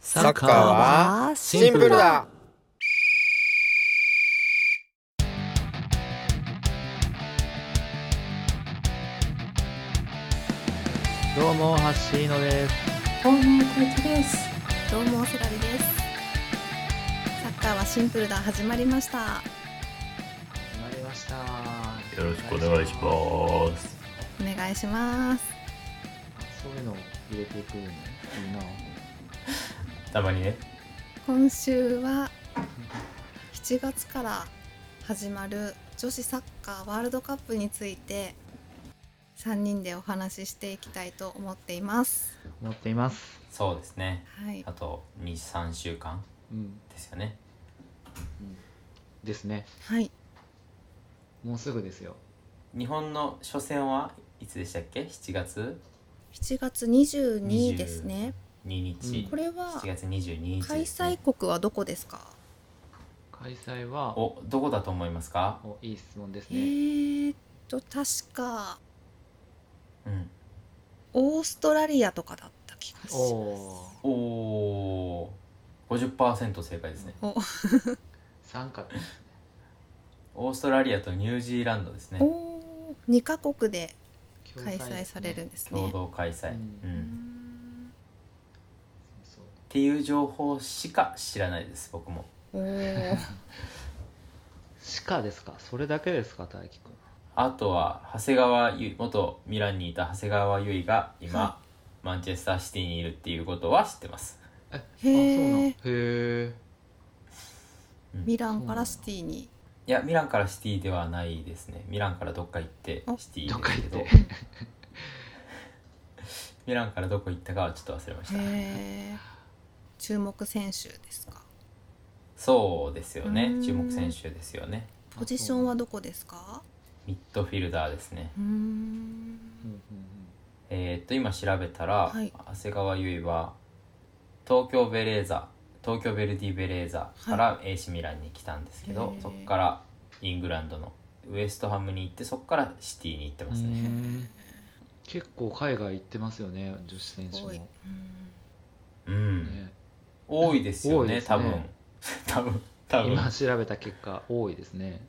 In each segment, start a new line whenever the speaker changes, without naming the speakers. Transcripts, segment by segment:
サッカーはシンプルだ
どうもハッシーノです
どうも、小池です。
どうもセラビですサッカーはシンプルだ始まりました
始まりました
よろしくお願いします。
お願いします
すそういうのを入れていくのいいな
たまにね。
今週は7月から始まる女子サッカーワールドカップについて3人でお話ししていきたいと思っています
思っています
そうですね。
はい
あと2、3週間
うん
ですよね。
ですね
はい
もうすぐですよ
日本の初戦はいつでしたっけ ?7 月
7月22ですね
2日。
うん
これは
7月22日、
開催。国はどこですか
開催はお
お、どこだと思いますか
いい質問です
え
ね
ーっと確か
うん。
オーストラリアとかだった気が
お
します
おー
おー、50%正解ですね。
参加
オーストラリアとニュージーランドですね。
おー2カ国で
共催
開
ですね
催されるんです
共
ね。
同開催、
うん
うん。っ
そう
ていう情報しか知らないです、僕も。
おー
そう鹿ですかそれだけですか大輝くん
あとは長谷川優元ミランにいた長谷川優衣が今、
は
マンチェスターシティにいるっていうことは知ってます
あそうなの
へ
へ
え。
え
ミランからシティに。
いやミランからシティではないですねミランからどっか行って
お
シティ
どっか行って
ですけど ミランからどこ行ったかはちょっと忘れまし
へ
た
え。注目選手ですか。
そうですよ
う
ね
ーん
注目選手ですよね
ポジションはどこですか。
ミッドフィルダーですね
うーん。
うんうん
えーっと今調べたら、
はい
長谷川優衣は東京ベレーザ東京ベルディベレーザからエ AC ミランに来たんですけど、
へー
そこからイングランドのウエストハムに行ってそこからシティに行って
う
ますね、
んうん結構海外行ってますよね女子選手
す
も
ごい。う
ね
ん
うん、多いです
多
よ
い
ね
ですね
多分 多分多分
今調べた結果多いですね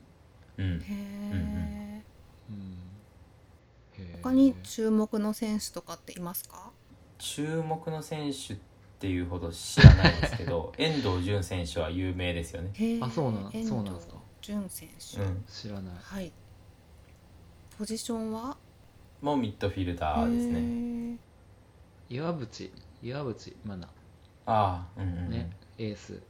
うん
へえ。
うんへー
他に注目の選手とかっていますか。
注目の選手っていうほど知らないです けど遠藤純選手は有名ですよね、
へえ。
あそうなん
遠藤
そうなんですか
純選手。
うん、
知らない
はい。ポジションは。
もうミッドフィルダーです
へ
ね
ー。
岩渕岩渕真奈
ああうんうんうん、
ね、エース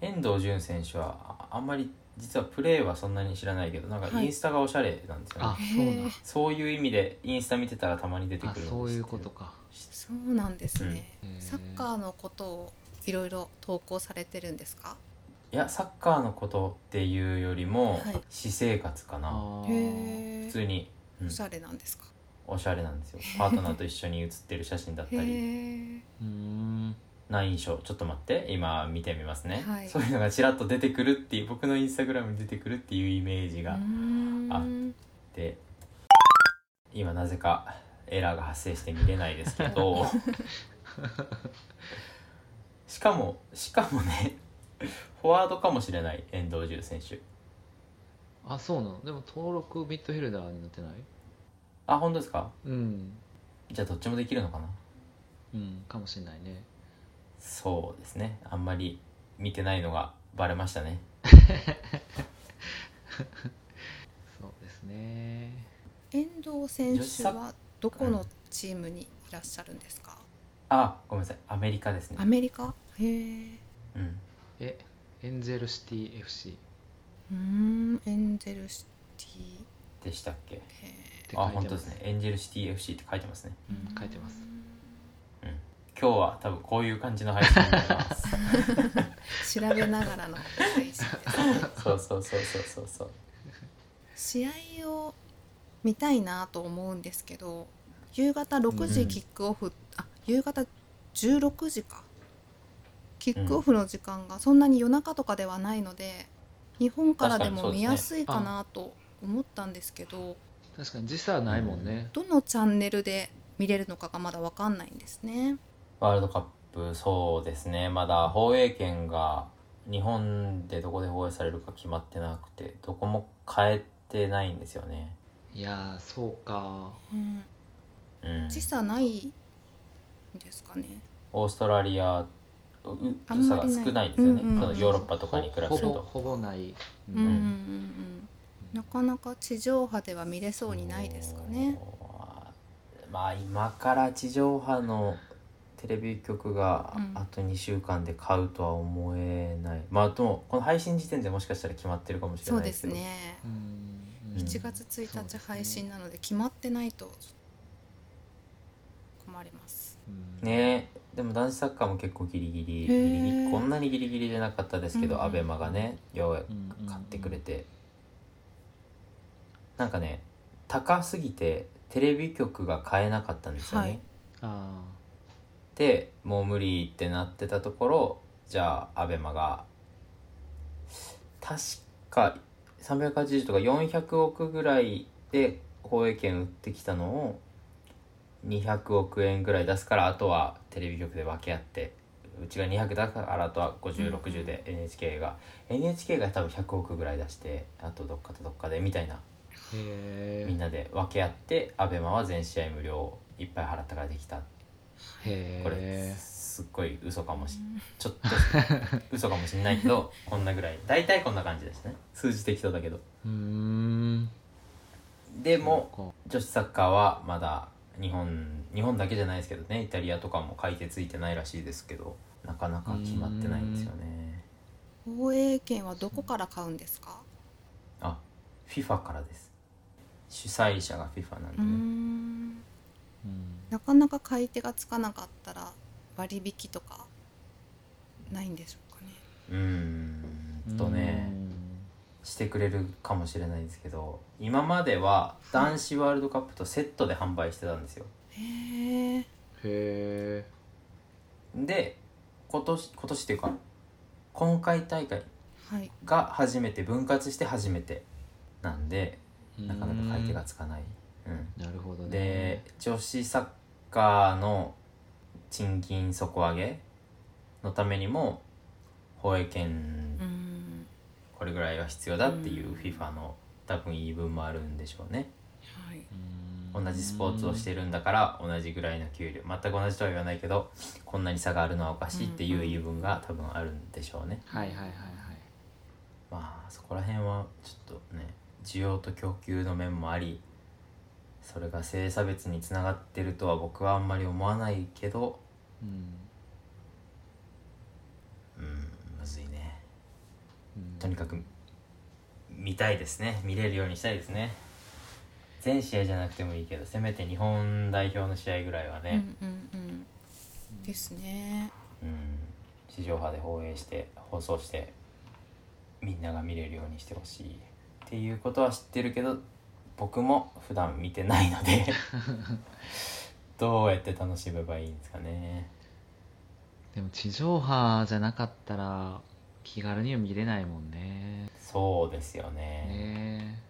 遠藤純選手はああんまり実はプレーはそんなに知らないけどなんか
はい
インスタがおしゃれなんですよね、
あ
へ
そう
ー
なん
そういう意味でインスタ見てたらたまに出てくる
あ
んです
そういうことか
そうなんですね。
うんへー
サッカーのことをいろいろ投稿されてるんですか。
いやサッカーのことっていうよりも、
はい
私生活かな
あー
へ
普
え。
通に、うん
おしゃれなんですか。
おしゃれな んですよパートナーと一緒に写ってる写真だっ
へ
たり
え。
うーん
ない印象ちょっと待って今見てみますね、
はい
そういうのがちらっと出てくるっていう僕のインスタグラムに出てくるっていうイメージ
う
があ
ー
っ
ん
で今なぜかエラーが発生して見れないですけどしかもしかもねフォワードかもしれない遠藤純選手
あそうなのでも登録ミッドフィルダーになってない
あ本当ですか
うん
じゃあどっちもできるのかな
うんかもしれないね
そうですねあんまり見てないのがバレましたね
そうですね
遠藤選
女子
手
サッ
はどこのチームにいらっしゃるんですか。
あごめんなさいアメリカですね
アメリカ。へえ。
うん
えエンゼルシティ FC
うーん、エンゼルシテ
でしたっけ
ィ。へえ。
って
あ
書い
本
て
当
ま
ですすねエンジェルシティ FC って書いてますね
うん書いてます
今日は多分こういう感じの配信になります
調べながらの配信ですね。
そうそうそうそうそうそう
試合を見たいなと思うんですけど夕方6
う
時
ん
キックオフ、あ夕方16時かキックオフの時間がそんなに夜中とかではないので日本からで
確かにそ
も
うです
見
ね
やすいかなと思ったんですけど
確かに時差ないもんね
どのチャンネルで見れるのかがまだわかんないんですね。
ワールドカップそうですねまだ放映権が日本でどこで放映されるか決まってなくてどこも変えてないんですよね
いやーそうか
うん、
うん
時差ないんですかね
オーストラリアう
あ
うん差
ま
が
りない
少ないですよね、
うんうんうん
そのヨーロッパとかに比べる
ほぼ
と
ほぼない、
うんうんうんうんなかなか地上波では見れそうにないですかね
うんまあ今から地上波のテレビ局が
うん
あと2週間で買うとは思えない、まあでもこの配信時点でもしかしたら決まってるかもしれ
そ
な
う
い
で
です
す
けど
ね
うん
うん
1月1日配信なので決まってないと困ります
うん
ねでも男子サッカーも結構ギリギリ
へ
ギ
ー
リギリこんなにギリギリじゃなかったですけど、
うんうん
アベマがねようや
うん
く買ってくれて、なんかね高すぎてテレビ局が買えなかったんですよね、
はい
あ
でもう無理ってなってたところじゃあアベマが確か380とか400億ぐらいで放映権売ってきたのを200億円ぐらい出すからあとはテレビ局で分け合ってうちが200だからあとは5060で NHK が、NHK が多分100億ぐらい出してあとどっかとどっかでみたいな
ーへえ
みんなで分け合ってアベマは全試合無料いっぱい払ったからできた
へ
これすっごい嘘かもしちょっ と嘘かもしんないけどこんなぐらい大体こんな感じですね数字適当だけど
うーん
で
で
も女子サッカーはまだ日本日本だけじゃないですけどねイタリアとかも買い手ついてないらしいですけどなかなか決まってないんですよね
放映権はどこから買うんですか
あ FIFA からです主催者が FIFA なん
うー
でね
ん
うん
なかなか買い手がつかなかったら割引とかないんでしょうかね
うーんとねしてくれるかもしれないんですけど今までは男子ワールドカップとセットで販売してたんですよ
へえ
へえ
で今年今年っていうか今回大会
はい
が初めて分割して初めてなんでなかなか買い手がつかない、う
なるほどね
ん、で女子サッカーの賃金底上げのためにも放映権
うーん
これぐらいは必要だっていう FIFA の多分言い分もあるんでしょうね
はい
同じスポーツをしてるんだから同じぐらいの給料全く同じとは言わないけどこんなに差があるのはおかしいっていう言い分が多分あるんでしょうね
はいはいはいはい
まあそこら辺はちょっとね需要と供給の面もありそれが性差別につながってるとは僕はあんまり思わないけど
うん
うんむずいね
うん
とにかく見たいですね見れるようにしたいですね全試合じゃなくてもいいけどせめて日本代表の試合ぐらいは
う
ね、
んうんうんですね
うん地上波で放映して放送してみんなが見れるようにしてほしいっていうことは知ってるけど僕も普段見てないの でどうやって楽しめばいいんですかね
でも地上波じゃなかったら気軽には見れないもんね
そうですよね
ね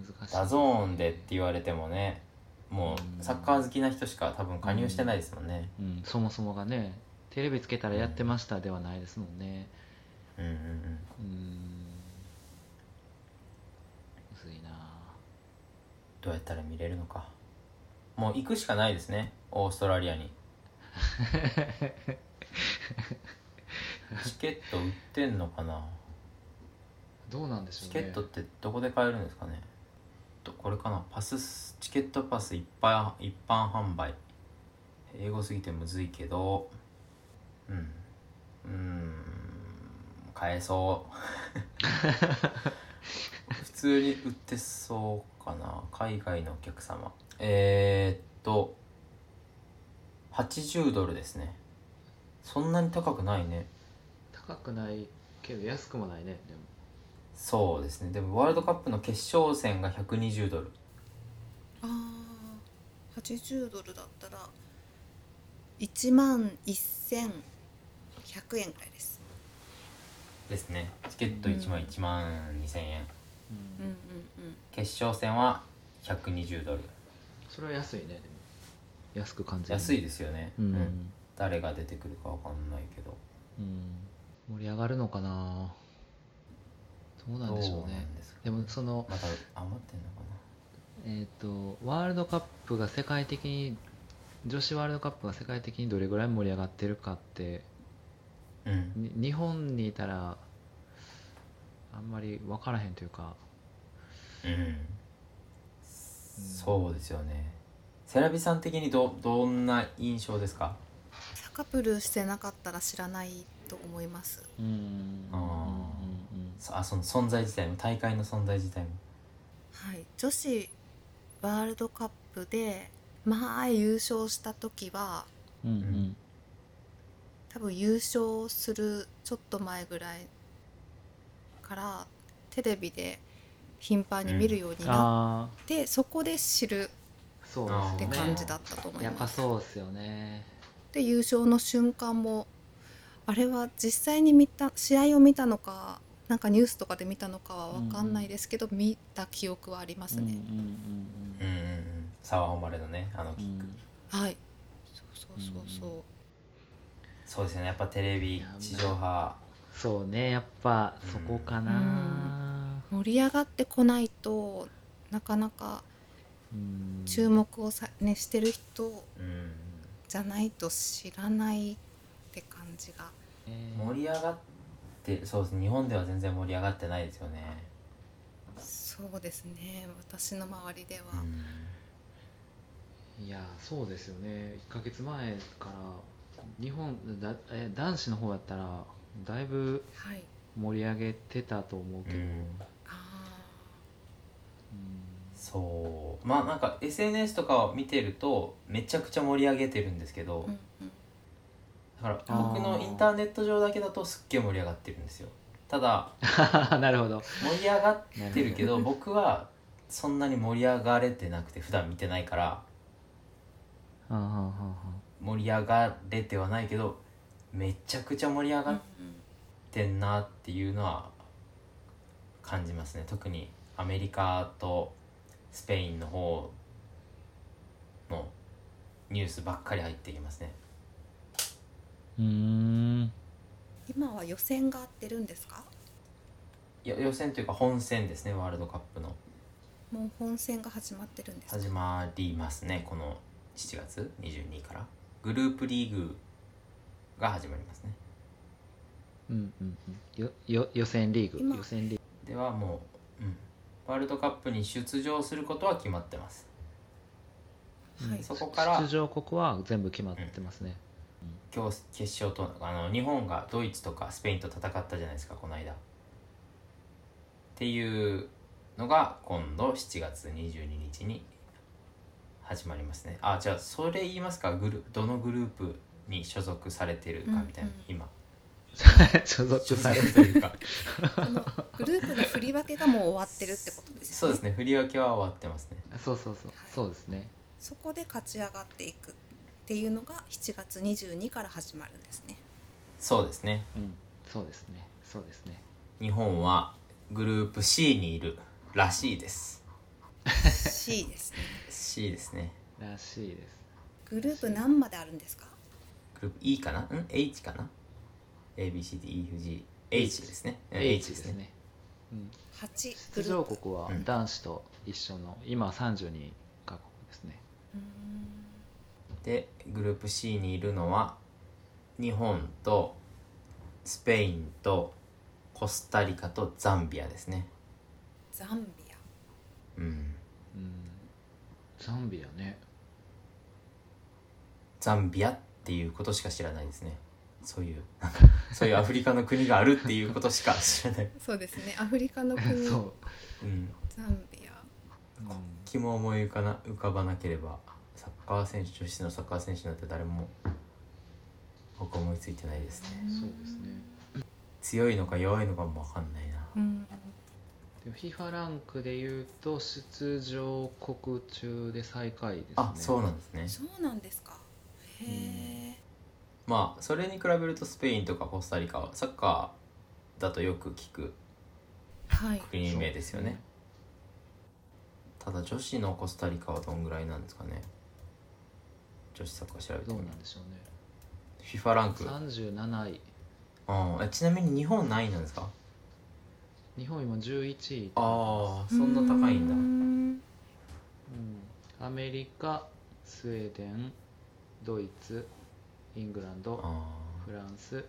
え難しい
ダゾーンでって言われてもねもうサッカー好きな人しか多分加入してないですもんね
うんそもそもがねテレビつけたらやってましたではないですもんね
うんうんうん
うんむずいな
どうやったら見れるのかもう行くしかないですねオーストラリアにチケット売ってんのかな
どうなんでしょ
チ
うね
ケットってどこで買えるんですかねとこれかなパスチケットパス一般一般販売英語すぎてむずいけどうんうーん買えそう 普通に売ってそうかな海外のお客様えー、っと80ドルですねそんなに高くないね
高くないけど安くもないねでも
そうですねでもワールドカップの決勝戦が120ドル
ああ80ドルだったら1万1100円くらいです
ですねチケット1枚1万2000円、
うんうんうん
決勝戦は120ドル
それは安いねでも安く感じる
安いですよね、
うん、
うん誰が出てくるかわかんないけど
うん、盛り上がるのかなどうなんでしょう
どな
ね
んですか
でもその
また余ってんのかな
えっ、とワールドカップが世界的に女子ワールドカップが世界的にどれぐらい盛り上がってるかって
うん
に日本にいたらあんまり分からへんというか
うんそうですよねセラビさん的にどどんな印象ですか
サカプルしてなかったら知らないと思います
うんうんうん
あそあその存在自体も大会の存在自体も
はい、女子ワールドカップで前優勝した時は
うんうん
多分優勝するちょっと前ぐらいからテレビで頻繁に見るように
あ
なって、そこで知る
あそうですよね
って感じだったと思い
やっぱ
ます。
そうですよね
で優勝の瞬間もあれは実際に見た試合を見たのかなんかニュースとかで見たのかは分かんないですけど、見た記憶はあります
うんうん
ね。
うんうんうん沢誉のねあのキ
うんうん
ック、
はいそうそうそうそう、
そうですよねやっぱテレビ地上波
そうねやっぱそこかな、
盛り上がってこないとなかなか
うん
注目をさ、ね、してる人
うん
じゃないと知らないって感じが
ね
盛り上がってそうです日本では全然盛り上がってないですよね
そうですね私の周りでは、
いやそうですよね1ヶ月前から日本だえ男子の方だったらだいぶ
はい
盛り上げてたと思う
う
け
ん、
ど、
あ
そうまあなんか SNS とかを見てるとめちゃくちゃ盛り上げてるんですけど、
ーうんうん
だから
あー
僕のインターネット上だけだとすっげえ盛り上がってるんですよただ
うんなるほど
盛り上がってるけ
な
ど僕はそんなに盛り上がれてなくて普段見てないから
はんはんはんはん
盛り上がれてはないけどめちゃくちゃ盛り上が
う
っ
ん
ってんなっていうのは感じますね特にアメリカとスペインの方のニュースばっかり入ってきますね
うーん
今は予選があってるんですか
よ予選というか本戦ですねワールドカップの
もう本戦が始まってるんですか
始まりますねこの7月22からグループリーグが始まりますね
うんうんうんよよ予選リーグ
今
予選リー
ではもう、うん、ワールドカップに出場することは決まってます
グ、
はい
そこから
出場国は全部決まってますね、
今日決勝とあの日本がドイツとかスペインと戦ったじゃないですかこの間。っていうのが今度7月22日に始まりますね。あじゃあそれ言いますかグルどのグループに所属されてるかみたいな、
うんうん
今
所属
所
されて
属というか
このグループの振り分けがもう終わってるってことです
そう
よ
で
ね
すね振り分けは終わってますね。
そうそうそうそうですね
そこで勝ち上がっていくっていうのが7月22から始まるんですね
そうですね
うんそうですねそうですね
日本はグループ C にいるらしいです。
C ですね
C ですね。
らしいです
グループ何まであるんですか
グループ E かなん ?H かな ?ABCDEFGH ですね。うん
H です。ね、うん、
8
出
グル
場
ープ
国は
うん
男子と一緒の、今32カ国ですね
うーん
で、グループ C にいるのは、日本とスペインとコスタリカとザンビアですね。
ザンビア
うん。
うんザンビアね
ザンビアっていうことしか知らないですね。そういう、なんか、そういうアフリカの国があるっていうことしか知らない。
そうですねアフリカの国 ザ
そ
ン
う、
うん。
ビア
うん
気も思い浮かな浮かばなければ、サッカー選手、女子のサッカー選手なんて誰も僕思いついてないですね。
そうですね
強いのか弱いのかも分かんないな
うん
でも FIFA ランクでいうと出場国中で最下位ですね
あそうなんですね
そうなんですかへえ
まあそれに比べるとスペインとかコスタリカはサッカーだとよく聞く
はい
国名ですよねただ女子のコスタリカはどんぐらいなんですかね女子サッカー調べて
どう
み
な
る
んでしょうね
FIFA ランク、
37位
うん、えちなみに日本何位なんですか
日本今11位
ああそんな高いんだ
ん
うん、アメリカスウェーデンドイツイングランド
あ
フ
ー
ランス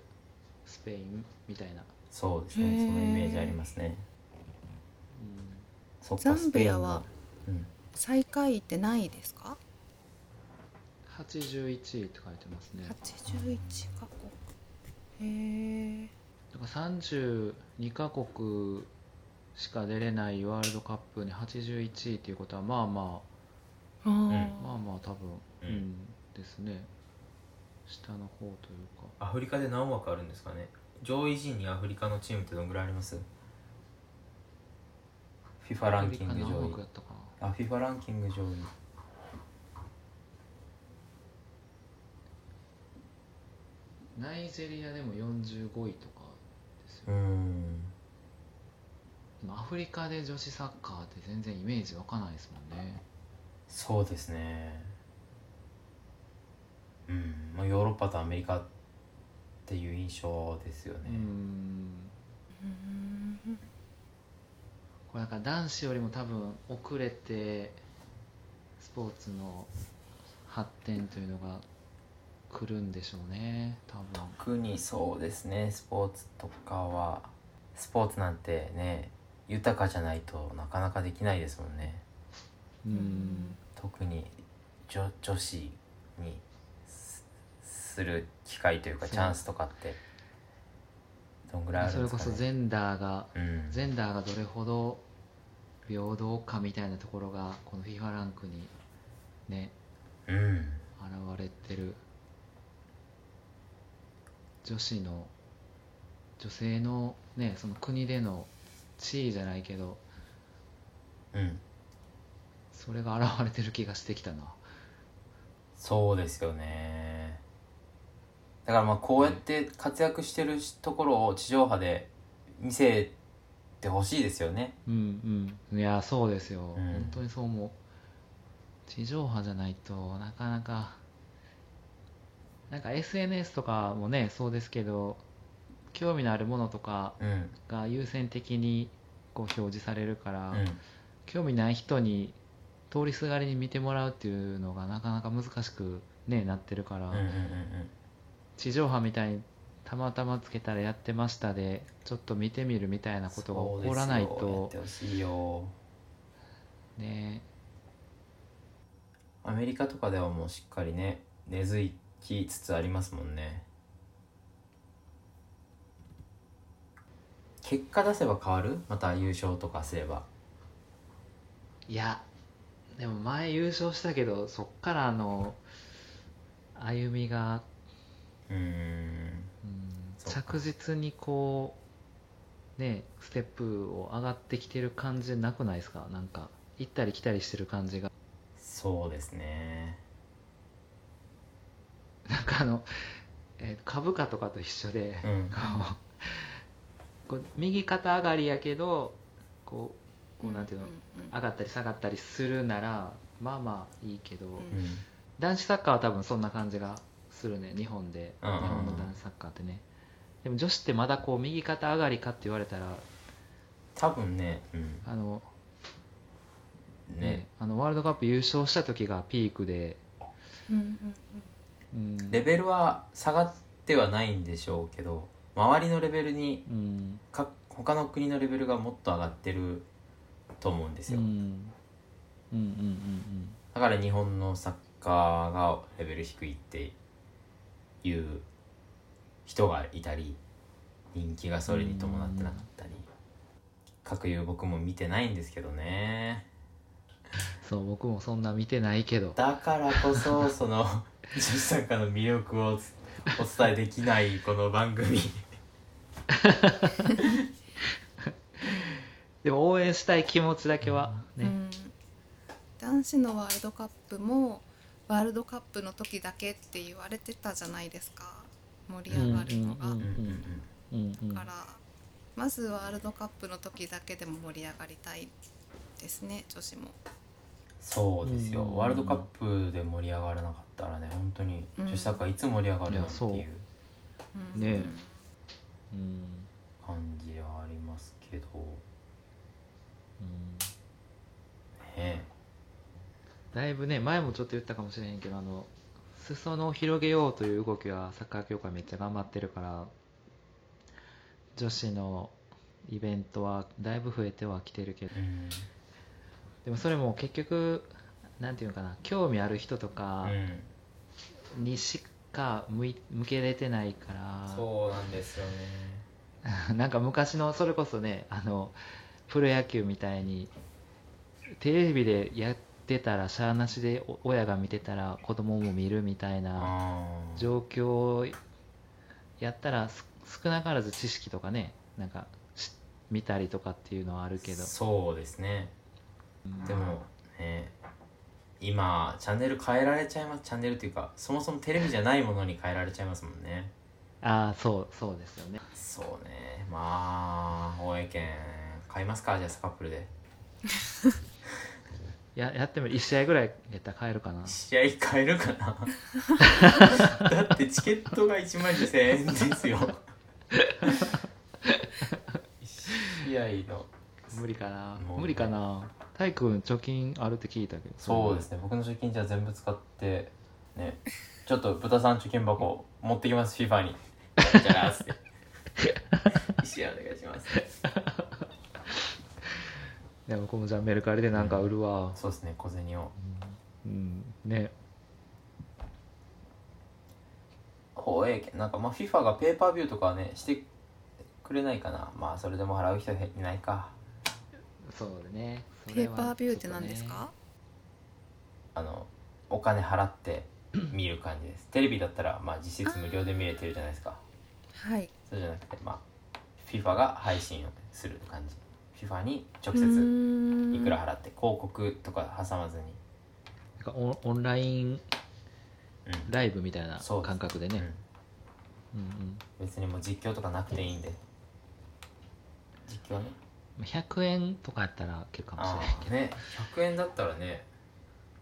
スペインみたいな、
そうですね
へー
そのイメージありますねそっ
ザ
か
ン
スペイ
ビ
ン
ア
の
は
うん、
最下位って何位ですか
うん、81位って書いてますね
81カ国へえ
だから32カ国しか出れないワールドカップに81位っていうことはまあまあ
あ
まあ
あ
まあ多分、う
う
んんですね下の方というか
アフリカで何枠あるんですかね上位陣にアフリカのチームってどのぐらいあります FIFA ランキング上
アフリカ何
位
枠やったかな
あ FIFA ランキング上位
ナイジェリアでも45位とかです
う
よ、
ーん
でもアフリカで女子サッカーって全然イメージ湧かないですもんね
そうですねうん、まあ、ヨーロッパとアメリカっていう印象ですよね
うーんこれなんか男子よりも多分遅れてスポーツの発展というのが来るんでしょうね多分
特にそうですねスポーツとかはスポーツなんてね豊かじゃないとなかなかできないですもんね
うーん
特に女女子にすする機会というか
そう
チャンスとかってどんぐらいあ
そ
るん
れ
です
こ
か、ね、
そジェンダーが
うん、
ジェンダーがどれほど平等かみたいなところがこの FIFA ランクにね
うん
現れてる女子の女性のねその国での地位じゃないけど
うん
それが現れてる気がしてきたな
そうですよねだからまあこうやって活躍してるところを地上波で見せてほしいですよね
うんうんいやそうですよ、
うん
本当にそう思う地上波じゃないとなかなかなんか SNS とかもねそうですけど興味のあるものとか
うん
が優先的にこう表示されるから、
うん
興味ない人に通りすがりに見てもらうっていうのがなかなか難しくねなってるから、
うんうんうんうん
地上波みたいにたまたまつけたらやってましたでちょっと見てみるみたいなことが起こらない
そう
と
ですよやってほしいよ
ね
アメリカとかではもうしっかりね根付きつつありますもんね結果出せば変わるまた優勝とかすれば
いやでも前優勝したけどそっからあの歩みが、
うーん
うん
そうか
着実にこうねステップを上がってきてる感じなくないですかなんか行ったり来たりしてる感じが
そうですね
なんかあの、えー株価とかと一緒で、
うん
こうこう右肩上がりやけどこうこうなんていうの、上がったり下がったりするならまあまあいいけど、
ん
うん
男子サッカーは多分そんな感じがするね日本で、
うんうんうん
日本の男子サッカーってねでも女子ってまだこう右肩上がりかって言われたら
多分ね、うん、
あの、
ね
あのワールドカップ優勝した時がピークで、
うんうん
うん
レベルは下がってはないんでしょうけど周りのレベルに
うん
か他の国のレベルがもっと上がってると思うんです
うんうん
よ、
うんうんうん
だから日本のサッカーがレベル低いっていう人がいたり人気がそれに伴ってなかったり各有僕も見てないんですけどね
そう僕もそんな見てないけど
だからこそその 女子サッカーの魅力をつお伝えできないこの番組
でも応援したい気持ちだけは
うんう
ね、
ん男子のワールドカップもワールドカップの時だけって言われてたじゃないですか盛り上がるのが、
うんうんうんうん
からまずワールドカップの時だけでも盛り上がりたいですね女子も
そうですよ、
うん
ワールドカップで盛り上がらなかったらね本当に
うん
女子サッカーいつ盛り上がるの
い
っ
や
て
そう
いう
うん
ねうん
感じはありますけど
うん
ね
だいぶね前もちょっと言ったかもしれへんけどあの裾野を広げようという動きはサッカー協会めっちゃ頑張ってるから女子のイベントはだいぶ増えてはきてるけど
うん
でもそれも結局なんていうのかな興味ある人とか
うん
にしか向い向けれてないから、
そうなんですよ ね
なんか昔のそれこそねあのプロ野球みたいにテレビでやってたらしゃあなしでお親が見てたら子供も見るみたいな
あー
状況をやったらす少なからず知識とかねなんかし見たりとかっていうのはあるけど
そうですねでもね今チャンネル変えられちゃいますチャンネルというかそもそもテレビじゃないものに変えられちゃいますもんね
ああそうそうですよね
そうねまあ応援券買いますかじゃあスカップルで
ややってみる1試合ぐらいやったら買えるかな
試合変えるか なだってチケットが1万2000円です よ試合の
無理かな
もう
無理かな太君貯金あるって聞いたけど
そうですね僕の貯金じゃあ全部使ってねちょっと豚さん貯金箱持ってきます FIFA にじゃらーっつって試合お願いします
いや僕もじゃあメルカリでなんか売るわ
そうですね小銭を
うん、ね
放映権なんかまあ FIFA がペーパービューとかはねしてくれないかなまあそれでも払う人いないか
そうだね
ペーパービューって何ですか、
あのお金払って見る感じですテレビだったらまあ実質無料で見れてるじゃないですか
はい
そうじゃなくてまあ FIFA が配信をする感じ FIFA に直
う
接
ーん
いくら払って広告とか挟まずに、
なんかオンオンライン
うん
ライブみたいな
そうです
感覚でねうん、うん
うん別にもう実況とかなくていいんで実況はね
まあ100円とかやったらいけるかもしれ
あ
ないけ
あね100円だったらね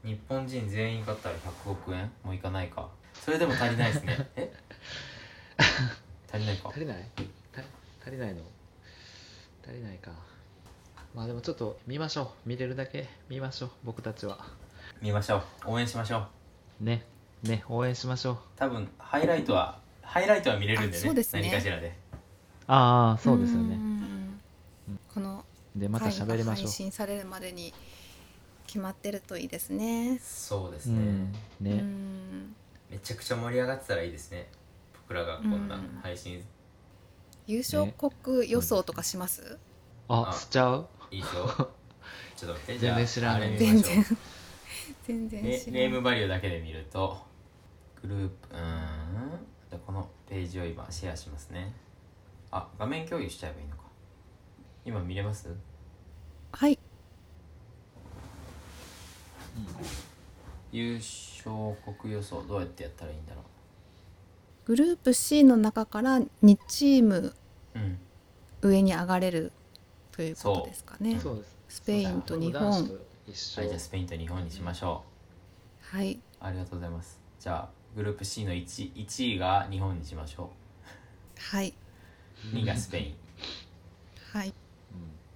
日本人全員買ったら100億円もういかないかそれでも足りないです ねえ足りないか
ど足りない足足りないの足りないかまあでもちょっと見ましょう見れるだけ見ましょう僕たちは
見ましょう応援しましょう
ねね応援しましょう
多分ハイライトはハイライトは見れるんで
あ
ね
そうですね
何かしらで
ああそうですよね
んこの
でまた
回が
喋りましょう
配信されるまでに決まってるといいですね
そうです
う
ね、
ん
う
ね
ん
めちゃくちゃ盛り上がってたらいいですね僕らがこんな
うん
配信
優勝国予想とかします、
あ
あ
しちゃう
いい ですよちょっと待ってじゃあ
全然知らない
あれ見ましょ
全
う
然全然
ね
知らな
ネ
い
ームバリューだけで見るとグループうーんじゃあこのページを今シェアしますねあ画面共有しちゃえばいいのか今見れます
はい
優勝国予想どうやってやったらいいんだろ
グループ C の中から2チーム
ううん
上に上がれるということですかね
そうです
スペインと日
男子
本
と一緒
はいじゃあスペインと日本にしましょ
はい、
うありがとうございますじゃあグループ C の 1, 1位が日本にしましょ
はい、
う2位がスペイン
はい。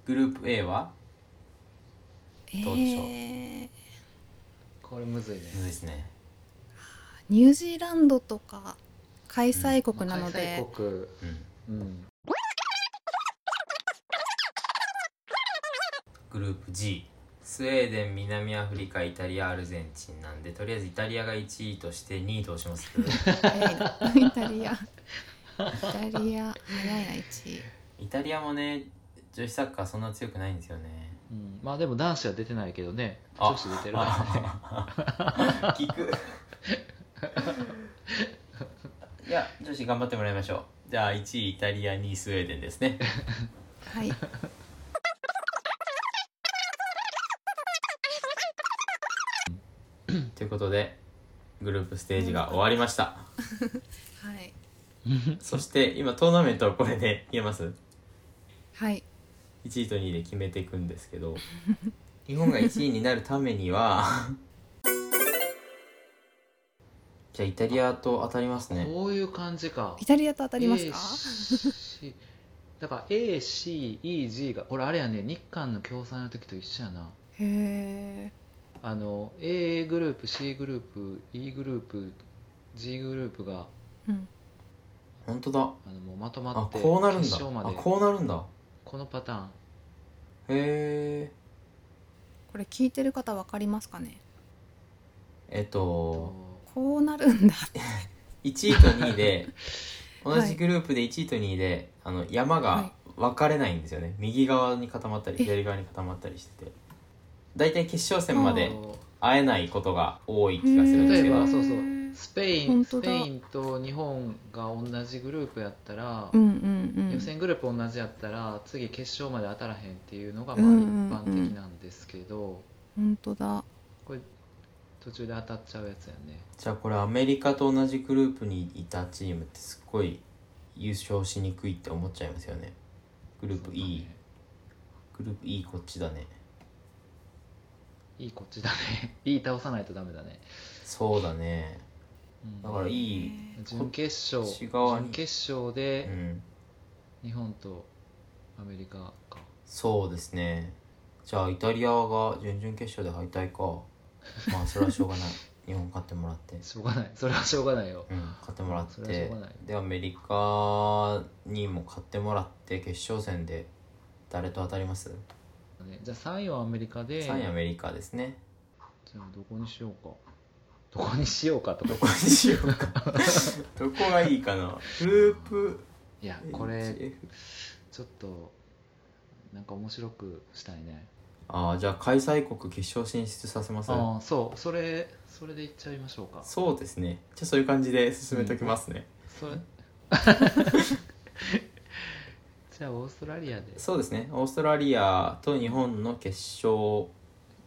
グループ A はどうでしょう
えー
これむずいね
むずいですね
ニュージーランドとか開催国なの
まあ
で、
開催
うん
国うん
グループ G スウェーデン南アフリカイタリアアルゼンチンなんでとりあえずイタリアが1位として2位どうします
えーイタリア、イタリア早いな1位。
イタリアもね女子サッカーそんな強くないんですよね
うんまあでも男子は出てないけどね
あ
女子出てるからね
聞く いや女子頑張ってもらいましょうじゃあ1位イタリア2位スウェーデン ですね
はい。
ということでグループステージが終わりました
はい。
そして今トーナメントはこれで言えます
はい。
1位と2位で決めていくんですけど日本が1位になるためにはじゃあイタリアと当たりますね
こういう感じか
イタリアと当たりますか、
AC だから ACEG がこれあれやね日韓の共催の時と一緒やな
へえ
あの A グループ C グループ E グループ G グループが
うん
本当だ
あのもうまとま
あ
って決
こうなるんだ
勝ま
あ
で
こうなるんだ
このパターン
へえ
これ聞いてる方わかりますかね
えっと
こうなるんだ
1位と2位で
はい
同じグループで1位と2位であの山が分かれないんですよね、右側に固まったり
え
左側に固まったりしてて大体決勝戦ま
え
で
っ
う
と
会えないことが多い気がするんで
例
すけ
え
ど
ば
ん
そうそうスペイン
本
ス
当
ペ
だ
インと日本が同じグループやったら、
うんうんうん
予選グループ同じやったら次決勝まで当たらへんっていうのが
うん
まあ
うん
一
うん
般的なんですけど、
本当だ
これ途中で当たっちゃうやつやね
じゃあこれアメリカと同じグループにいたチームってすっごい優勝しにくいって思っちゃいますよねグループ E、グループ E こっちだね
いいこっちだね E 倒さないとダメだね、
そうだね
うん
だからいい、
準決
こ
勝
っち側に
準決勝
う
で
ん、
日本とアメリカか
そうですねじゃあイタリアが準々決勝で敗 退かまあそれはしょうがない日本勝ってもらって、
しょうがないそれはしょうがないよ
うん、勝ってもらっ
それはしてょうがない
でアメリカにも勝ってもらって決勝戦で誰と当たります
ねじゃあ3位はアメリカで
?3 位アメリカですね
じゃあどこにしようかどこにしようかとか
どこにしよ うかどこがいいかなループ
いやこれ
HF
ちょっとなんか面白くしたいね
ああじゃあ開催国決勝進出させます
ああそうそれそれでいっちゃいましょうか
そうですねじゃあそういう感じで進めときますね、
そ れじゃあオーストラリアで
そうですねオーストラリアと日本の決勝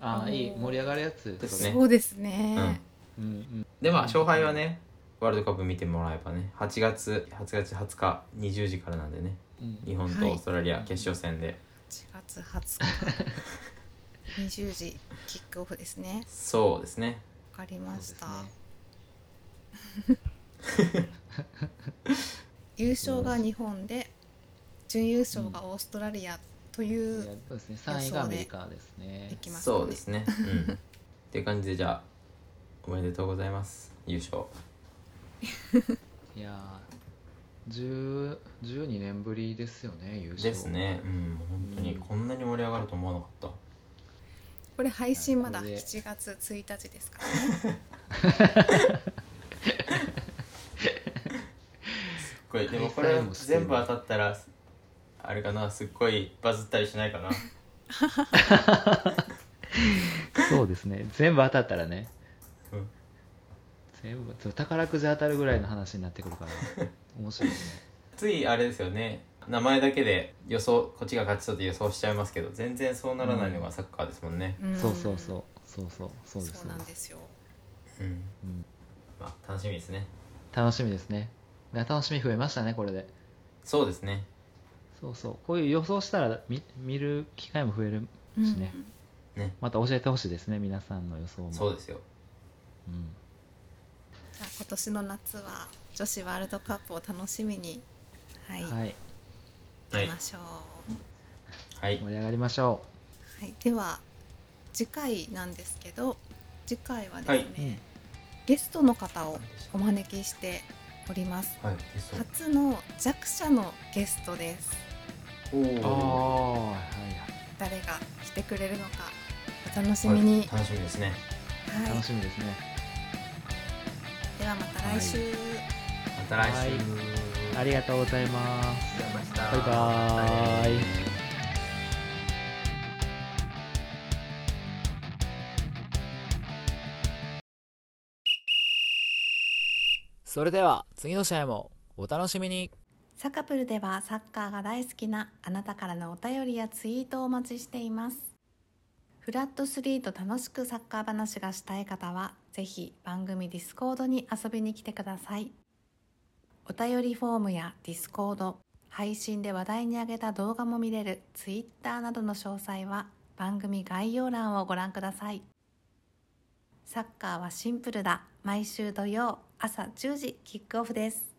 ああ
おー
いい盛り上がるやつ
です
それ
ね
そうです
うん
ね、
うんうん
でまあ勝敗はねワールドカップ見てもらえばね8月8月20日20時からなんでね
うん
日本と
はい
オーストラリア決勝戦で、
4月20日20時キックオフですね
そうですね
わかりました、優勝が日本で準優勝がオーストラリアと
そ
いうう、
ですね3位がアメリカですね
いきますね
そうですねうんっていう感じでじゃあおめでとうございます優勝
いやー10 12年ぶりですよね優勝
ですねうん本当にこんなに盛り上がると思わなかった
これ配信まだ
これで
7月1日ですからね
これでもこ
開
れ
催もしてる
全部当たったらあれかなすっごいバズったりしない かな
そうですね全部当たったらね、
うん
全部そう宝くじ当たるぐらいの話になってくるから 面白いね
ついあれですよね名前だけで予想こっちが勝ちそうって予想しちゃいますけど全然そうならないのがサッカーですもんね
ん
そうそうそうそうそうそうです
そうなんですよ
うん、
うん
まあ楽しみですね
楽しみですねいや楽しみ増えましたねこれで
そうですね
そうそうこういう予想したら見見る機会も増える
うん
しねまた教えてほしいですね皆さんの予想も
そうですよ
うん
じゃあ今年の夏は女子ワールドカップを楽しみにはい、
はい、
は
行
い
きましょう、
はい
盛り上がりましょ、
はい、では次回なんですけど次回はですね、
はいう
うん
ゲストの方をお招きしております
はい
初の弱者のゲストです
おお
ああ
ー
はい
誰が来てくれるのかお楽しみに、
はい楽しみですね
はい
は
楽
い
しみですね
ではまた来週、
また来週
はいありがとうございます
がとうございました
バイバーイ
またね
それでは次の試合もお楽しみに
サカプルではサッカーが大好きなあなたからのお便りやツイートをお待ちしていますフラット3と楽しくサッカー話がしたい方はぜひ番組ディスコードに遊びに来てくださいお便りフォームやディスコード配信で話題に上げた動画も見れるツイッターなどの詳細は番組概要欄をご覧くださいサッカーはシンプルだ毎週土曜朝10時キックオフです